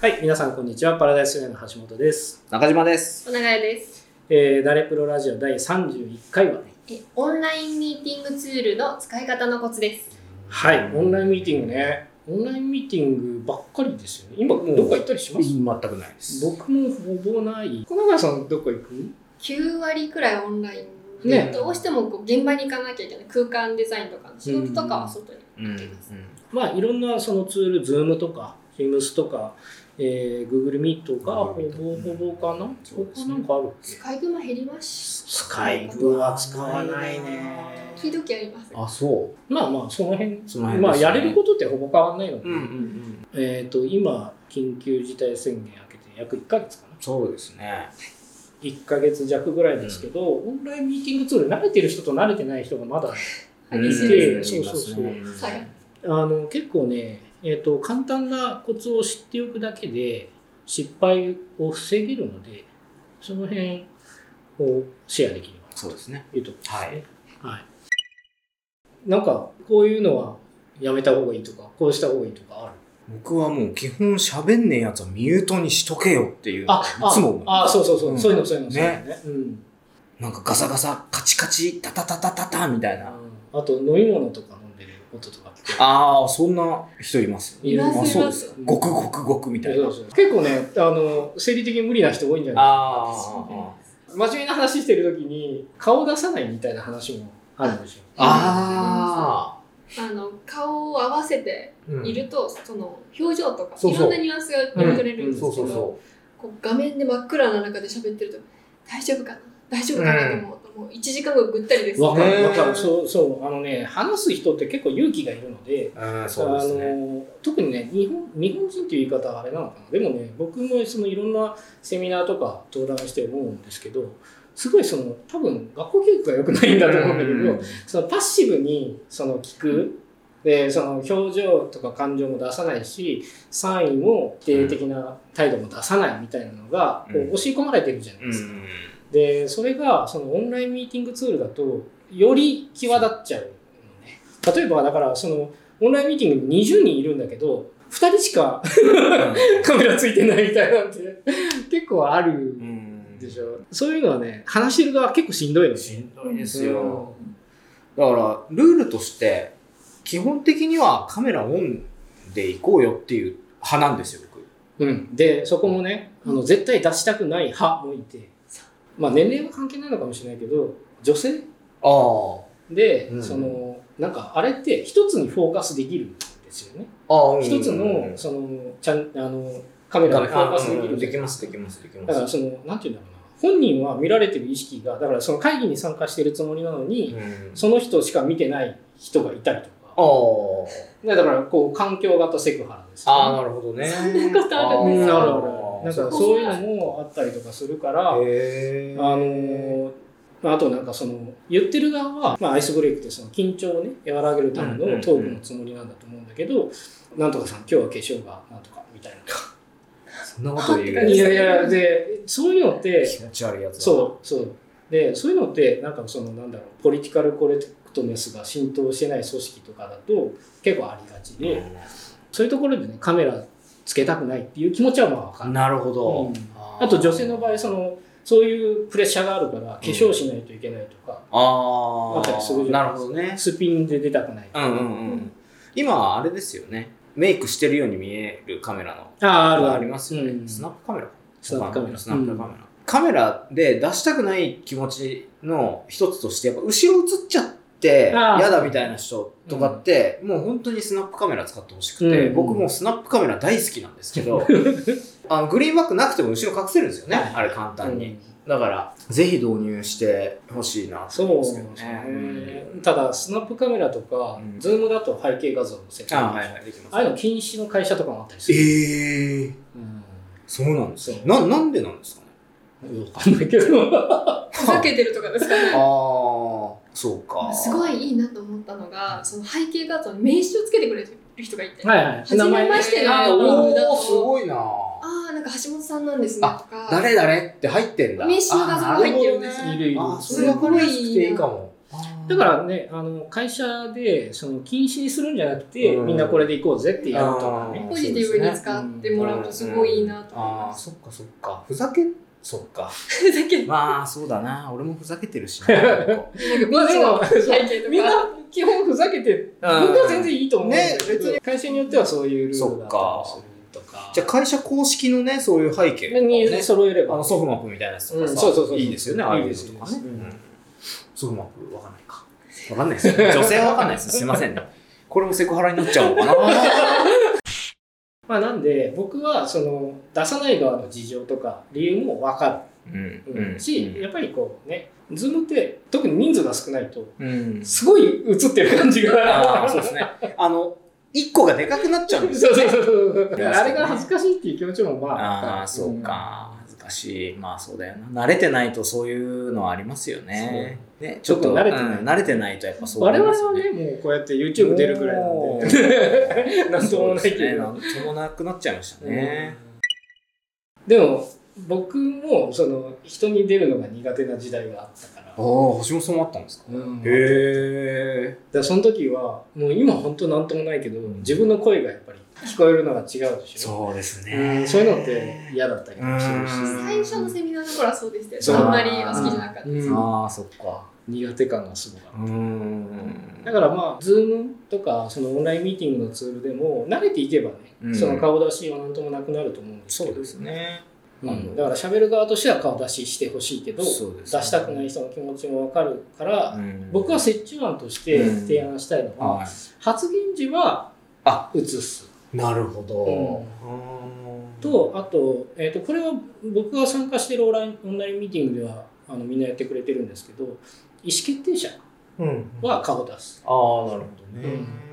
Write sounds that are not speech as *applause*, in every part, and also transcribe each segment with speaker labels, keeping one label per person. Speaker 1: はい、皆さんこんにちは。パラダイスウェアの橋本です。
Speaker 2: 中島です。
Speaker 3: お願いです。
Speaker 1: えー、ダレプロラジオ第31回はね、
Speaker 3: え、オンラインミーティングツールの使い方のコツです。
Speaker 1: はい、オンラインミーティングね、オンラインミーティングばっかりですよね。今、どっか行ったりします
Speaker 2: 全くないです。
Speaker 1: 僕もほぼない。小永さん、どっか行く
Speaker 3: 9割くらいオンラインで、
Speaker 1: ね
Speaker 3: どうしてもこう現場に行かなきゃいけない空間デザインとかの仕事とかは外に。
Speaker 2: うんうん
Speaker 1: まあ、いろんなそのツール、Zoom とか、Teams とか、えー、Google Meet がほぼ
Speaker 2: Google Meet
Speaker 1: ほぼかな、
Speaker 2: そうです
Speaker 1: 他
Speaker 2: ね
Speaker 1: なんかあるっけ
Speaker 3: 使い分は減りますし、
Speaker 1: スカイプは使わないね。
Speaker 3: 時々あります。
Speaker 2: あ、そ
Speaker 1: まあまあ、その辺
Speaker 2: う。その辺
Speaker 1: まあ、
Speaker 2: ですね
Speaker 1: やれることってほぼ変わんないので、
Speaker 2: うんうんうん。
Speaker 1: えっ、と、今、緊急事態宣言明けて約1ヶ月かな。
Speaker 2: そうですね。
Speaker 1: 1ヶ月弱ぐらいですけど、オンラインミーティングツール、慣れてる人と慣れてない人がまだ、
Speaker 3: 激しい
Speaker 1: で
Speaker 2: ん
Speaker 1: すねそうそうそう
Speaker 2: いますね
Speaker 1: あの、結構ね、えっ、と、簡単なコツを知っておくだけで、失敗を防げるので、その辺をシェアできれば
Speaker 2: そうですね。
Speaker 1: というところですね。はい。なんか、こういうのはやめた方がいいとか、こうした方がいいとかある
Speaker 2: 僕はもう基本喋んねえやつはミュートにしとけよっていうの
Speaker 1: あ
Speaker 2: がい、つも思う
Speaker 1: ああ、そうそうそう、
Speaker 2: うん
Speaker 1: そういうの、そういうの、
Speaker 2: ね
Speaker 1: そういうのね。うん
Speaker 2: なんかガサガサカチカチタタタタタタみたいな。
Speaker 1: あと飲み物とか飲んでる音とかって
Speaker 2: ああ、そんな人います。
Speaker 1: いる
Speaker 2: あ、そうで
Speaker 3: ますす
Speaker 2: か。ごくごくごくみたい
Speaker 1: そ
Speaker 2: な
Speaker 1: う。そう結構ねあの生理的に無理な人多いんじゃない
Speaker 2: あ
Speaker 1: 真面目な話してる時に顔出さないみたいな話もあるんですよ
Speaker 2: あ。ああ。
Speaker 3: あの顔を合わせていると、その表情とか
Speaker 2: そうそう
Speaker 3: いろんなニュアンスが読み取れるんですけ
Speaker 2: そ
Speaker 3: ど、
Speaker 2: うそうそ
Speaker 3: こう画面で真っ暗な中で喋ってると大丈夫かな大丈夫かなと思うと、もう1時間後ぐったりです。
Speaker 1: わかる
Speaker 2: へー
Speaker 1: わかるそうそうあのね話す人って結構勇気がいるので
Speaker 2: う。うん、そうです
Speaker 1: あ
Speaker 2: ね。
Speaker 1: の特にね日本日本人っていう言い方はあれなのかなでもね僕もそのいろんなセミナーとか登壇して思うんですけどすごいその多分学校教育が良くないんだと思うんだけど、そのパッシブにその聞くでその表情とか感情も出さないしサインも否定的な態度も出さないみたいなのがこ
Speaker 2: うん
Speaker 1: う押し込まれてるじゃない
Speaker 2: うん
Speaker 1: ですか。でそれがそのオンラインミーティングツールだとより際立っちゃうのね。例えばだからそのオンラインミーティングに20人いるんだけど2人しか *laughs* カメラついてないみたいなんて結構ある
Speaker 2: うんうん
Speaker 1: でしょ。そういうのはね話してる側結構しんどいのね。
Speaker 2: しんど
Speaker 3: いです
Speaker 2: よ。だから、ルールとして、基本的にはカメラオンで行こうよっていう派なんですよ、僕。
Speaker 1: うん、でそこもねあの絶対出したくない派もいて
Speaker 3: そ、
Speaker 1: まあ、年齢は関係ないのかもしれないけど女性
Speaker 2: あ
Speaker 1: で、
Speaker 2: うん
Speaker 1: そのなんかあれって一つにフォーカスできるんですよね
Speaker 2: あ。ああ、うん
Speaker 1: 一つのそのちゃんあのカメラにフォーカスできる
Speaker 2: できます、できます、でき
Speaker 1: だから
Speaker 2: ま
Speaker 1: そ
Speaker 2: す。
Speaker 1: のなんて言うんだろうな本人は見られてる意識がだからその会議に参加してるつもりなのに、
Speaker 2: うん
Speaker 1: その人しか見てない人がいたりと
Speaker 2: あ
Speaker 1: かでだからこう環境型セクハラですよね
Speaker 2: あ、ああ、なるほどね。そ
Speaker 3: んなことあるんです
Speaker 1: うん
Speaker 3: ね
Speaker 1: あるあるあるなんかそういうのもあったりとかするから、
Speaker 2: へえ。
Speaker 1: あのーまあ、あとなんかその言ってる側は、まあ、アイスブレイクってその緊張をね和らげるための
Speaker 2: うんうんうん
Speaker 1: トークのつもりなんだと思うんだけど、なんとかさん今日は化粧がなんとかみた
Speaker 2: *laughs*
Speaker 1: い
Speaker 2: そんなこと言
Speaker 1: な
Speaker 2: う
Speaker 1: い
Speaker 2: や
Speaker 1: やいやでそういうのっ
Speaker 2: つ気
Speaker 1: て
Speaker 2: 持ち悪いやつだ。
Speaker 1: そうそうでそういうのってなんかそのなんだろうポリティカルコレクトネスが浸透してない組織とかだと結構ありがち
Speaker 2: う
Speaker 1: で、そういうところでねカメラつけたくないっていう気持ちはまあ分かる
Speaker 2: ん。なるほ
Speaker 1: う
Speaker 2: ど
Speaker 1: ん。あと女性の場合そ、のそういうプレッシャーがあるから化粧しないといけないとか、あ
Speaker 2: あ
Speaker 1: ったりする
Speaker 2: あ、
Speaker 1: じゃ
Speaker 2: な
Speaker 1: ないで
Speaker 2: る
Speaker 1: すか
Speaker 2: ほどね。
Speaker 1: スピンで出たくない、
Speaker 2: うんうんう
Speaker 3: うんん。
Speaker 2: 今、あれですよね。メイクしてるように見えるカメラの
Speaker 1: あああるあ
Speaker 2: あ
Speaker 1: る
Speaker 2: りますよね、
Speaker 1: うん
Speaker 2: スナップカメラ
Speaker 1: スナップカメラ
Speaker 2: スナップカメラ、カメラで出したくない気持ちの一つとしてやっぱ後ろ映っちゃって
Speaker 1: あー
Speaker 2: 嫌だみたいな人とかって、もう本当にスナップカメラ使ってほしくて、
Speaker 1: うん
Speaker 2: 僕もうスナップカメラ大好きなんですけ
Speaker 1: *laughs*
Speaker 2: どあのグリーンバックなくても後ろ隠せるんですよね、
Speaker 1: はい
Speaker 2: あれ簡単に、
Speaker 1: うん
Speaker 2: だからぜひ導入してほしいなと
Speaker 1: そう
Speaker 2: 思うん
Speaker 1: で
Speaker 2: です
Speaker 1: す
Speaker 2: け
Speaker 1: よ
Speaker 2: ど
Speaker 1: ね
Speaker 2: ね、、
Speaker 1: ただスナップカメラとか、
Speaker 2: うん
Speaker 1: ズームだと背景画像の設定
Speaker 2: あーはいはいできます
Speaker 1: ああいうの禁止の会社とかもあったりす
Speaker 2: え
Speaker 1: る、
Speaker 2: ー、そうなんですねななんでなんですかね
Speaker 1: うん、分かんないけ
Speaker 2: *laughs*
Speaker 1: ど
Speaker 3: ふざけてるとかですか
Speaker 2: ああそうか
Speaker 3: すごいいいなと思ったのがその背景画像に名刺をつけてくれる人がいて、
Speaker 1: はいはい
Speaker 3: 初めましての
Speaker 2: あ
Speaker 3: あ
Speaker 2: ー
Speaker 3: の
Speaker 2: おおす
Speaker 3: い
Speaker 2: ごいな
Speaker 3: ああなんか橋本さんなんですねとか *laughs*
Speaker 2: 誰誰って入ってんだ
Speaker 3: 名刺の画像が入ってるんです
Speaker 1: よいるいる
Speaker 2: あーそれ分かりやすくていいかも
Speaker 1: だからね、あの会社でその禁止にするんじゃなくて、
Speaker 2: うん
Speaker 1: みんなこれで行こうぜってやるとか
Speaker 2: あ
Speaker 1: ね
Speaker 2: ー。
Speaker 3: ポジティブに使ってもらうとすごいいいなと思い
Speaker 2: あ
Speaker 3: ま
Speaker 2: あ、
Speaker 3: す。
Speaker 2: そっかそっか。ふざけ、そっか。
Speaker 3: だけど、
Speaker 2: まあ、そうだな。俺もふざけてるしな。
Speaker 3: *laughs*
Speaker 1: *laughs*
Speaker 2: 結
Speaker 3: なんかビーチの背景と
Speaker 1: みんな
Speaker 3: か、
Speaker 1: 基本ふざけて、僕
Speaker 2: 構
Speaker 1: は全然いいと思うん
Speaker 2: ね
Speaker 1: ですけど、
Speaker 2: 別に
Speaker 1: 会社によってはそういうルールだったりするとか。
Speaker 2: じゃあ会社公式のね、そういう背景とかを
Speaker 1: に
Speaker 2: ね、
Speaker 1: 揃えれ
Speaker 2: あ
Speaker 1: ば。
Speaker 2: のソフマップみたいなやつとかさ、
Speaker 1: うんそうそうそう
Speaker 2: いいですよね、ああいうの
Speaker 1: いい
Speaker 2: とかね。
Speaker 1: ですいいです
Speaker 2: うんソフマップわかんないか。わかんないですよ。女性はわかんないです。すいませんね。これもセクハラになっちゃうのかな。
Speaker 1: まあなんで、僕はその出さない側の事情とか理由も分か
Speaker 2: うん
Speaker 1: る、し、やっぱりこうね、ズームって特に人数が少ないと、
Speaker 2: うん。
Speaker 1: すごい映ってる感じ
Speaker 2: あ
Speaker 1: が。
Speaker 2: あ、そうですね。あの、一個がでかくなっちゃうんです
Speaker 1: そ
Speaker 2: よ
Speaker 1: うそうそうそう。
Speaker 2: ね
Speaker 1: あれが恥ずかしいっていう気持ちもまあ。
Speaker 2: ああ、そうか。恥ずかしい。まあそうだよな。慣れてないとそういうのはありますよね。ね、ちょっと
Speaker 1: ちょっと慣れてない
Speaker 2: うん慣れてないとやっぱそう
Speaker 1: 我
Speaker 2: なり
Speaker 1: 々
Speaker 2: ま
Speaker 1: は
Speaker 2: すよ
Speaker 1: ね、もうこうやって YouTube 出るぐらいなんで、
Speaker 2: で *laughs*
Speaker 1: なんともないけど
Speaker 2: なんともなくなっちゃいましたね。
Speaker 1: でも僕もその人に出るのが苦手な時代があったから、
Speaker 2: ああ、橋本さんもあったんですか
Speaker 1: うん、だか
Speaker 2: へえ。
Speaker 1: らその時はもう今本当なんともないけど自分の声がやっぱり聞こえるのが違うでしょ
Speaker 2: そうです
Speaker 1: うん
Speaker 2: ね。
Speaker 1: そういうのって嫌だったりもする
Speaker 2: うん
Speaker 1: し
Speaker 3: 最初のセミナーの頃はそうでしたよ。
Speaker 1: そう
Speaker 3: あんまり好きじゃなかったです。
Speaker 1: うん
Speaker 2: ああ、そっか。
Speaker 1: 苦手感がすごかった。
Speaker 2: ん
Speaker 1: だからまあ、ズームとか、そのオンラインミーティングのツールでも、慣れていけばね、
Speaker 2: うん
Speaker 1: その顔出しはなんともなくなると思うんです
Speaker 2: そ
Speaker 1: け
Speaker 2: う
Speaker 1: ど、
Speaker 2: ですね。
Speaker 1: うんだから喋る側としては顔出ししてほしいけど、
Speaker 2: そう
Speaker 1: 出
Speaker 2: ですね
Speaker 1: したくない人の気持ちもわかるから、
Speaker 2: うん
Speaker 1: 僕は折衷案として提案したいのは、
Speaker 2: は
Speaker 1: 発言時は
Speaker 2: あ
Speaker 1: 映す。
Speaker 2: いなるほど。
Speaker 1: と、あと、えっ、と、これは僕が参加してるオンラインオンラインミーティングでは、あのみんなやってくれてるんですけど、意思決定者
Speaker 2: うん
Speaker 1: は顔出す。
Speaker 2: ああ、なるほどね。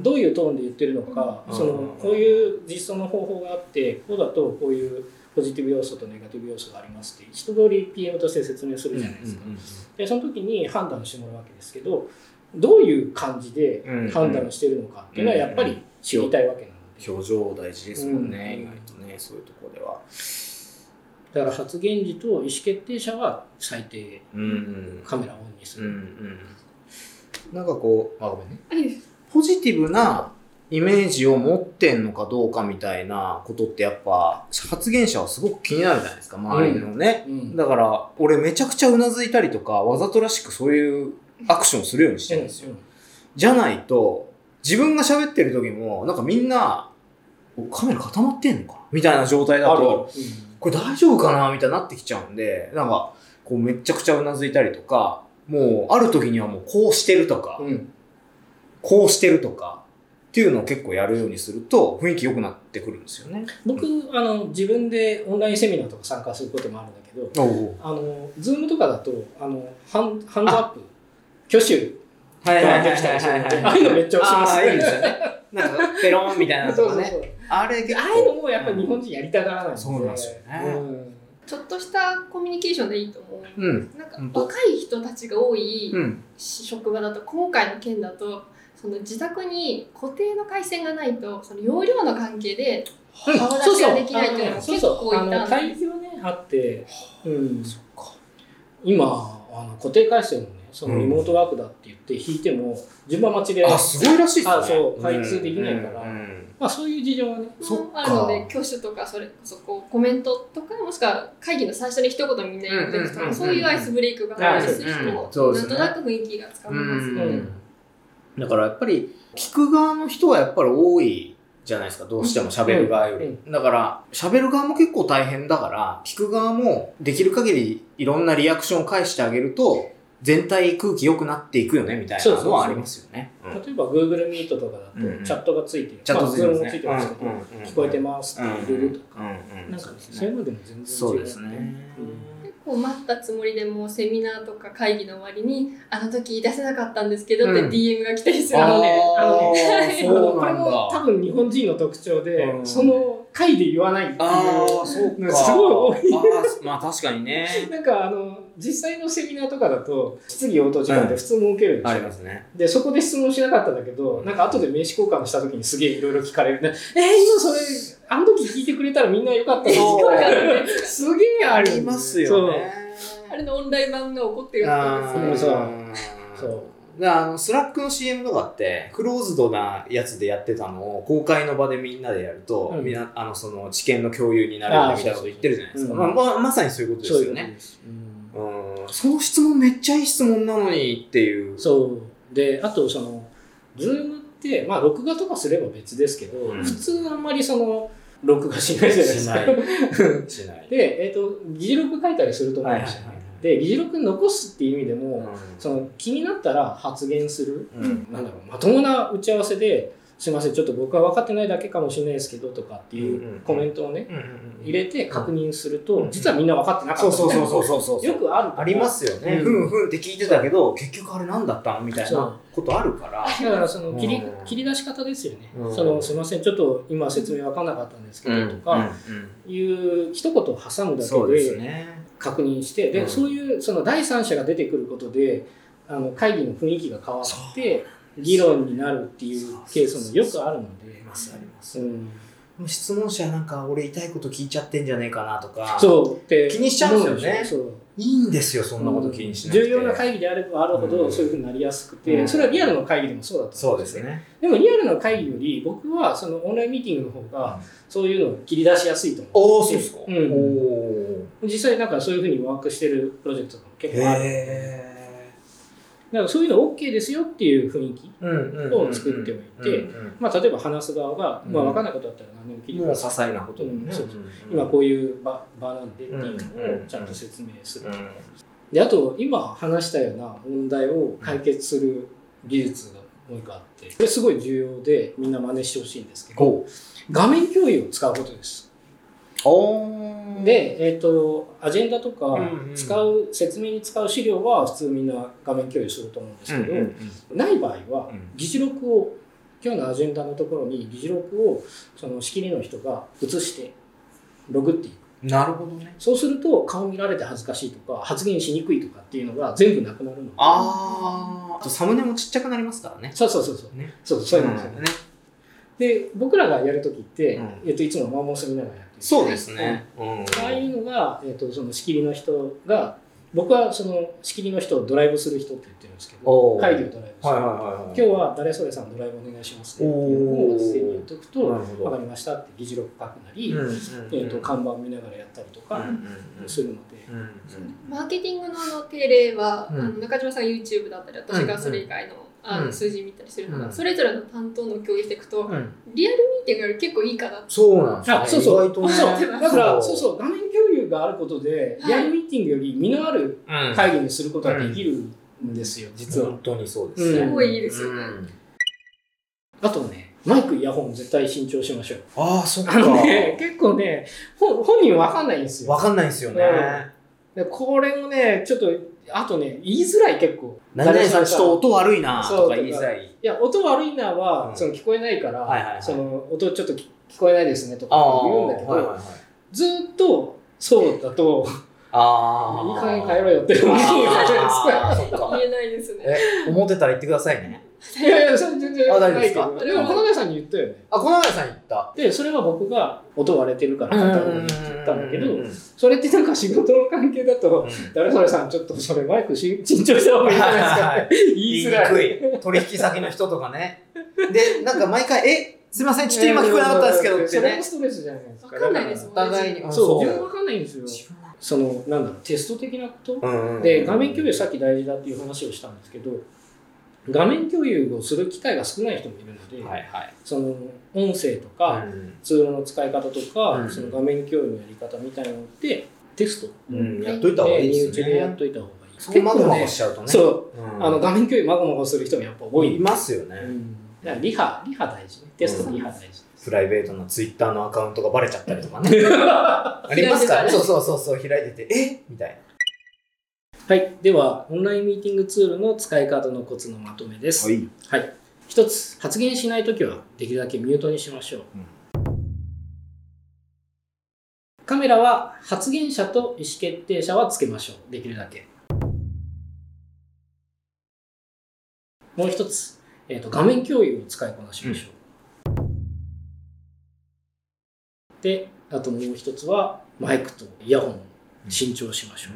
Speaker 1: どういうトーンで言ってるのか、
Speaker 2: うん
Speaker 1: そのこういう実装の方法があってこうだとこういうポジティブ要素とネガティブ要素がありますって一通り PM として説明するじゃないですか、でその時に判断してもらうわけですけどどういう感じで判断をしてるのかっていうのはやっぱり知りたいわけなので、
Speaker 2: 表情大事ですもんね、
Speaker 1: うん
Speaker 2: 意外とね、そういうところでは。
Speaker 1: だから発言時と意思決定者は最低
Speaker 2: うん
Speaker 1: カメラをオンにす
Speaker 2: うんう
Speaker 1: る、
Speaker 2: ん。なんかこう、
Speaker 1: あごめんね
Speaker 3: あれです
Speaker 2: ポジティブなイメージを持ってんのかどうかみたいなことってやっぱ発言者はすごく気になるじゃないですか、周りのね。
Speaker 1: うん
Speaker 2: だから、俺めちゃくちゃうなずいたりとか、わざとらしくそういうアクションをするようにしてるんですよ。じゃないと、自分が喋ってる時も、なんかみんな、おカメラ固まってんのかなみたいな状態だと、これ大丈夫かなみたいになってきちゃうんで、なんか、こうめちゃくちゃうなずいたりとか、もうある時にはもうこうしてるとか、
Speaker 1: うんうん
Speaker 2: こうしてるとか、っていうのを結構やるようにすると、雰囲気良くなってくるんですよね。
Speaker 1: 僕あの自分でオンラインセミナーとか参加することもあるんだけど、
Speaker 2: お
Speaker 1: あの、ズームとかだと、あの、ハンハンズアップ、挙手
Speaker 2: はいはいは
Speaker 1: が
Speaker 2: いはい
Speaker 1: できたりするの
Speaker 2: はい
Speaker 1: で、ああいうのめっちゃ押します
Speaker 2: あーいいですよね。なんか、ペロンみたいなの
Speaker 1: そ
Speaker 2: と
Speaker 1: う
Speaker 2: か
Speaker 1: そう
Speaker 2: ね。
Speaker 1: そう。
Speaker 2: あれ結構
Speaker 1: ああいうのもやっぱり日本人やりたがらないので。
Speaker 2: そうなんですよね
Speaker 1: うん
Speaker 3: ちょっとしたコミュニケーションでいいと思う。
Speaker 2: うん。
Speaker 3: なんか
Speaker 2: 本当
Speaker 3: 若い人たちが多い
Speaker 2: うん。
Speaker 3: 職場だと、今回の件だと、その自宅に固定の回線がないと、その容量の関係で顔出しができないっていうのが結構いた
Speaker 1: あの、
Speaker 3: んで
Speaker 1: 会
Speaker 3: す。
Speaker 1: 議はね、あって、うん。
Speaker 2: そっか。
Speaker 1: 今、あの固定回線もね、そのリモートワークだって言って引いても、順番待ちで、
Speaker 2: あ、すごいらしいですね。
Speaker 1: あそう開通できないから
Speaker 2: うんうん
Speaker 1: まあそういう事情はね、
Speaker 2: そっか
Speaker 3: あるので挙手とかそれこそこうコメントとかもしくは会議の最初に一言みんな言ってると
Speaker 2: うんうんうんう
Speaker 3: か
Speaker 2: ん
Speaker 3: そういうアイスブレイクがあったりする人も
Speaker 2: うんそうで
Speaker 3: な
Speaker 2: す
Speaker 3: ん
Speaker 2: ね
Speaker 3: となく雰囲気がつかめますね。
Speaker 2: うんだからやっぱり聞く側の人はやっぱり多いじゃないですかどうしても喋る側より、
Speaker 1: うん
Speaker 2: だから喋る側も結構大変だから聞く側もできる限りいろんなリアクションを返してあげると全体空気良くなっていくよねみたいなのはありますよねうん
Speaker 1: 例えば Google Meet とかだと、
Speaker 2: うんうん
Speaker 1: チャットがついてる。
Speaker 2: チャットついてま
Speaker 1: まあ Zoom
Speaker 2: す
Speaker 1: もついて
Speaker 2: ね
Speaker 1: ますけど、聞こえてますって入れるとか、なんかね、そういうのでも全然違う。
Speaker 2: そうですね
Speaker 3: 結構待ったつもりでもうセミナーとか会議の終わりに「あの時出せなかったんですけど」って
Speaker 2: うん
Speaker 3: DM が来たりする
Speaker 1: あ
Speaker 3: の
Speaker 1: の
Speaker 3: で、
Speaker 1: ねあの
Speaker 2: ね
Speaker 1: あの
Speaker 2: そう
Speaker 1: こ
Speaker 2: な
Speaker 1: れ
Speaker 2: ん
Speaker 1: も多
Speaker 2: だ
Speaker 1: 分日本人の特徴で、
Speaker 2: うん
Speaker 1: その回で言わないっていう
Speaker 2: ああそうか
Speaker 1: すごい
Speaker 2: 多いまあ確かにね
Speaker 1: *laughs* なんかあの実際のセミナーとかだと質疑応答時間って普通設けるんです
Speaker 2: あ
Speaker 1: よ、
Speaker 2: りますね
Speaker 1: でそこで質問しなかったんだけどなんか後で名刺交換した時にすげえいろいろ聞かれるねえー、今それあの時聞いてくれたらみんなよかった
Speaker 2: そう
Speaker 1: よすげえあ
Speaker 2: あ
Speaker 1: る
Speaker 2: りますよね
Speaker 3: あれのオンライン版が起こってるんです
Speaker 1: ー
Speaker 3: ね。
Speaker 1: そうそう
Speaker 2: だからあの、スラックの CM とかって、クローズドなやつでやってたのを公開の場でみんなでやると、
Speaker 1: うん
Speaker 2: みんな、あの、その知見の共有になるんでみたいなこと言ってるじゃないですか。
Speaker 1: うん
Speaker 2: まあまあ、まさにそういうことですよね。
Speaker 1: そういうこ
Speaker 2: うんその質問めっちゃいい質問なのにっていう
Speaker 1: とです。うんそうであとそのズームってまあ録画とかすれば別ですけど、
Speaker 2: うん
Speaker 1: 普通あんまりその録画し *laughs* ないじゃないですか。
Speaker 2: しない。
Speaker 1: で、えっと議事録書いたりすると思うんですよね。
Speaker 2: はいはいはいはい
Speaker 1: で議事録残すっていう意味でも、
Speaker 2: うん
Speaker 1: その気になったら発言する
Speaker 2: うん
Speaker 1: なんだろうまともな打ち合わせですいませんちょっと僕は分かってないだけかもしれないですけどとかって
Speaker 2: うんうんう
Speaker 1: い
Speaker 2: ん
Speaker 1: うコメントをね入れて確認する
Speaker 2: う
Speaker 1: と
Speaker 2: ん
Speaker 1: 実はみんな分かってなか
Speaker 2: そ
Speaker 1: っ
Speaker 2: う
Speaker 1: た
Speaker 2: そうそうそううそうそう。
Speaker 1: よくあるから
Speaker 2: ありますよね。
Speaker 1: うん
Speaker 2: ふんふんって聞いてたけど、結局あれなんだったのみたい
Speaker 1: そう
Speaker 2: なことあるから。
Speaker 1: だからその切り
Speaker 2: うん
Speaker 1: 切り出し方ですよね
Speaker 2: うん
Speaker 1: そのすいませんちょっと今説明分かんなかったんですけどとかいう一言を挟むだ
Speaker 2: そう
Speaker 1: け
Speaker 2: です
Speaker 1: で
Speaker 2: ね。
Speaker 1: 確認して
Speaker 2: う
Speaker 1: で
Speaker 2: ん
Speaker 1: そういうその第三者が出てくることであの会議の雰囲気が変わって議論になるっていうケースもよくあるの
Speaker 2: あ
Speaker 1: で
Speaker 2: り。ますあります。
Speaker 1: うん
Speaker 2: 質問者なんか俺痛いこと聞いちゃってんじゃねえかなとか。
Speaker 1: そうって
Speaker 2: 気にしちゃうんですよね
Speaker 1: そう
Speaker 2: いいんですよ、そんなこと気にしなくて。
Speaker 1: 重要な会議であればあるほ
Speaker 2: う
Speaker 1: ど
Speaker 2: ん
Speaker 1: そういうふうになりやすくて、
Speaker 2: うん
Speaker 1: それはリアルの会議でもそうだと
Speaker 2: そうですね。
Speaker 1: でもリアルの会議より僕はそのオンラインミーティングの方がそういうのを切り出しやすいと思う
Speaker 2: おお、そうですか。
Speaker 1: うん
Speaker 2: おお。
Speaker 1: 実際なんかそういうふうにワークしてるプロジェクトとかも結構ある
Speaker 2: へ
Speaker 1: だからそういうの OK ですよっていう雰囲気、
Speaker 2: え。
Speaker 1: を作っておいて
Speaker 2: うんうん
Speaker 1: まあ、例えば話す側が、
Speaker 2: うん
Speaker 1: まあ、分かんないことだったら何でも聞いてく
Speaker 2: もう些
Speaker 1: ださい、
Speaker 2: 細なことでもね
Speaker 1: うんそうそ
Speaker 2: うん
Speaker 1: 今こういう場場なんでっていうの
Speaker 2: う
Speaker 1: を
Speaker 2: ん
Speaker 1: ちゃんと説明する、
Speaker 2: うん
Speaker 1: であと今話したような問題を解決する技術がもう一個あってこれすごい重要でみんな真似してほしいんですけど
Speaker 2: こ
Speaker 1: 画面共有を使うことです。
Speaker 2: うおー
Speaker 1: で、えっとアジェンダとか
Speaker 2: うんうん
Speaker 1: 使う説明に使う資料は普通みんな画面共有すると思うんですけど、
Speaker 2: うんうん
Speaker 1: ない場合は
Speaker 2: うん
Speaker 1: 議事録を今日のアジェンダのところに議事録をその仕切りの人が写してログっていく
Speaker 2: うんなるほどね
Speaker 1: そうすると顔見られて恥ずかしいとか発言しにくいとかっていうのが全部なくなるので
Speaker 2: あーあとサムネもちっちゃくなりますからね
Speaker 1: そうそうそうそう
Speaker 2: ね
Speaker 1: そうそうなんですよ、
Speaker 2: んね
Speaker 1: で僕らがやるときって、
Speaker 2: うん
Speaker 1: えっといつもマンモス見ながらやってる
Speaker 2: そうですねうん
Speaker 1: ああいうのが、えっとその仕切りの人が僕はその仕切りの人をドライブする人って言ってるんですけ
Speaker 2: お
Speaker 1: ど
Speaker 2: ー
Speaker 1: 会議をドライブする、
Speaker 2: はいはいはい
Speaker 1: 今
Speaker 2: はい
Speaker 1: 日は誰それさんドライブお願いしますねっていうのを事前に言っとくと
Speaker 2: なるほ
Speaker 1: 分か
Speaker 2: ど
Speaker 1: りましたって議事録書くなり、
Speaker 2: うんうん
Speaker 1: えっと看板見ながらやったりとか
Speaker 2: うんうんうん
Speaker 1: するので、
Speaker 2: うんうん
Speaker 3: マーケティングのあの定例は、
Speaker 2: うん
Speaker 3: あの中島さん YouTube だったり私がそれ以外の,、あ
Speaker 2: うん
Speaker 3: の数字見たりするのが、
Speaker 2: うん
Speaker 3: それぞれの担当の共有していくと、
Speaker 2: うん
Speaker 3: リアルミーティングより結構いいかなって
Speaker 2: そうなんですね
Speaker 1: あそうそう
Speaker 2: 意外とね
Speaker 1: そうだからそう
Speaker 2: う
Speaker 1: そう画面共有があることで
Speaker 3: はい
Speaker 1: リアルミーティングより身のある
Speaker 2: うん
Speaker 1: 会議にすることができるんですよ、実は。
Speaker 2: 本当にそうですね
Speaker 1: うん
Speaker 3: すごいいいですよね、
Speaker 2: うん
Speaker 1: あとね、マイク、イヤホン絶対新調しましょう。
Speaker 2: ああそっ
Speaker 1: あ
Speaker 2: か
Speaker 1: のね、結構ね、本本人わかんないんですよ
Speaker 2: わ。かんないですよね
Speaker 1: でこれもね、ちょっと、あとね、言いづらい結構。
Speaker 2: 何々さん
Speaker 1: 誰
Speaker 2: ちょっと音悪いな
Speaker 1: そ
Speaker 2: と
Speaker 1: う
Speaker 2: か言いづらい
Speaker 1: いや、音悪いなは、
Speaker 2: うん
Speaker 1: その聞こえないから、
Speaker 2: はいはいはい
Speaker 1: その音ちょっと聞聞こえないですねとか
Speaker 2: ああ
Speaker 1: 言うんだけど、
Speaker 2: はいはいはい
Speaker 1: ずーっと、そうだと、
Speaker 2: ああ
Speaker 1: いい加減帰ろよって思うじゃない
Speaker 2: あーそっか
Speaker 3: 言えないですね。
Speaker 2: え思ってたら言ってくださいね
Speaker 1: です *laughs* か。いやいや、それ全然
Speaker 2: あ
Speaker 1: な
Speaker 2: 大
Speaker 1: い
Speaker 2: 丈夫
Speaker 1: け
Speaker 2: で
Speaker 1: ど。で
Speaker 2: すか
Speaker 1: も、このさんに言ったよね。
Speaker 2: あこの前さん言った
Speaker 1: で、それは僕が音割れてるから片方にって言ったんだけ
Speaker 2: うんうん
Speaker 1: ど
Speaker 2: う、ん
Speaker 1: それってなんか仕事の関係だと、誰それさん、ちょっとそれマイクし新調した方がいいんじゃないですか、
Speaker 2: は
Speaker 1: ね
Speaker 2: い、
Speaker 1: 言い
Speaker 2: *laughs*
Speaker 1: づ
Speaker 2: 言い
Speaker 1: らい。
Speaker 2: にくい取引先の人とかねでなんか毎回えすいませんちょっと今聞こえなかったんですけどって
Speaker 1: それ
Speaker 2: ね
Speaker 1: もストレスじゃないですか。
Speaker 3: わかんないですも
Speaker 2: お
Speaker 3: ん
Speaker 2: 互いに
Speaker 1: だから
Speaker 2: あ
Speaker 1: そう、自分
Speaker 2: う
Speaker 1: わかんないんですよ。その、なんだろう、テスト的なこと。
Speaker 2: うんうん
Speaker 1: で、画面共有さっき大事だっていう話をしたんですけど、画面共有をする機会が少ない人もいるので、
Speaker 2: はいはい
Speaker 1: その、音声とか、
Speaker 2: うん
Speaker 1: ツールの使い方とか、
Speaker 2: うん
Speaker 1: その画面共有のやり方みたいなのって、テスト。
Speaker 2: うんやっといた方がいい
Speaker 1: 身
Speaker 2: で
Speaker 1: 内
Speaker 2: す
Speaker 1: でやっ
Speaker 2: ね
Speaker 1: といた方がいい。
Speaker 2: そうマグマ
Speaker 1: 結構ね
Speaker 2: しちゃうとね
Speaker 1: そう、
Speaker 2: うん
Speaker 1: あの画面共有まごまごする人もやっぱ多い
Speaker 2: い。ますよね、
Speaker 1: うんだからリハ、リハ大事ね。テストのリハ大事。
Speaker 2: プライベートのツイッターのアカウントがバレちゃったりとかねありますからねそうそうそうそう開いててえみたい
Speaker 1: はい。では、オンラインミーティングツールの使い方のコツのまとめです。
Speaker 2: な
Speaker 1: はい。
Speaker 2: い
Speaker 1: 一つ、発言しないときは、できるだけミュートにしましょう。
Speaker 2: うん
Speaker 1: カメラは発言者と意思決定者はつけましょう。できるだけ。もう一つ、えーと、画面共有を使いこなしましょう。で、あともう一つは、マイクとイヤホンを新調しましょう。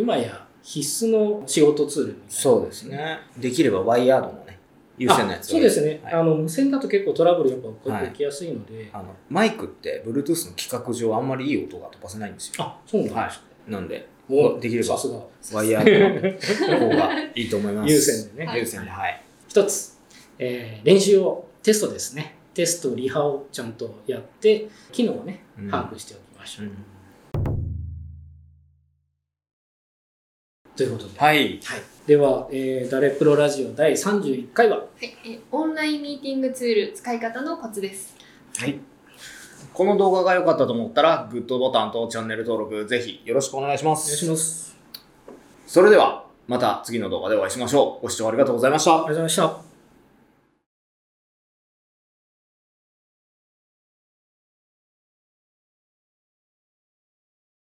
Speaker 1: 今や必須の仕事ツールみたいな
Speaker 2: そうですね。できればワイヤードのね、優先なや
Speaker 1: あ
Speaker 2: つ
Speaker 1: そうですね、
Speaker 2: はい
Speaker 1: あの無線だと結構トラブルやっぱ起こってきやすいので、
Speaker 2: あの、マイクって、Bluetooth の規格上あんまりいい音が飛ばせないんですよ。
Speaker 1: あそうなんですか、
Speaker 2: はい。なんで、
Speaker 1: お
Speaker 2: できれば
Speaker 1: さすが
Speaker 2: ワイヤードの方がいいと *laughs* 思います。
Speaker 1: 優先でね、
Speaker 3: はい
Speaker 2: 優先で、はい。
Speaker 1: 一つ、えー練習をテストですねテストリハをちゃんとやって機能をね
Speaker 2: うん
Speaker 1: 把握しておきましょう、
Speaker 2: うん
Speaker 1: ということで、
Speaker 2: はい。
Speaker 1: はい、では、えー「誰プロラジオ」第31回は
Speaker 3: はい、えオンラインミーティングツール使い方のコツです。
Speaker 2: この動画が良かったと思ったら、グッドボタンとチャンネル登録、ぜひよろしくお願いしま
Speaker 1: お
Speaker 2: す。
Speaker 1: 願いします
Speaker 2: それでは、また次の動画でお会いしましょう。ご視聴ありがとうございまし
Speaker 1: あ。
Speaker 2: た
Speaker 1: りがとうございました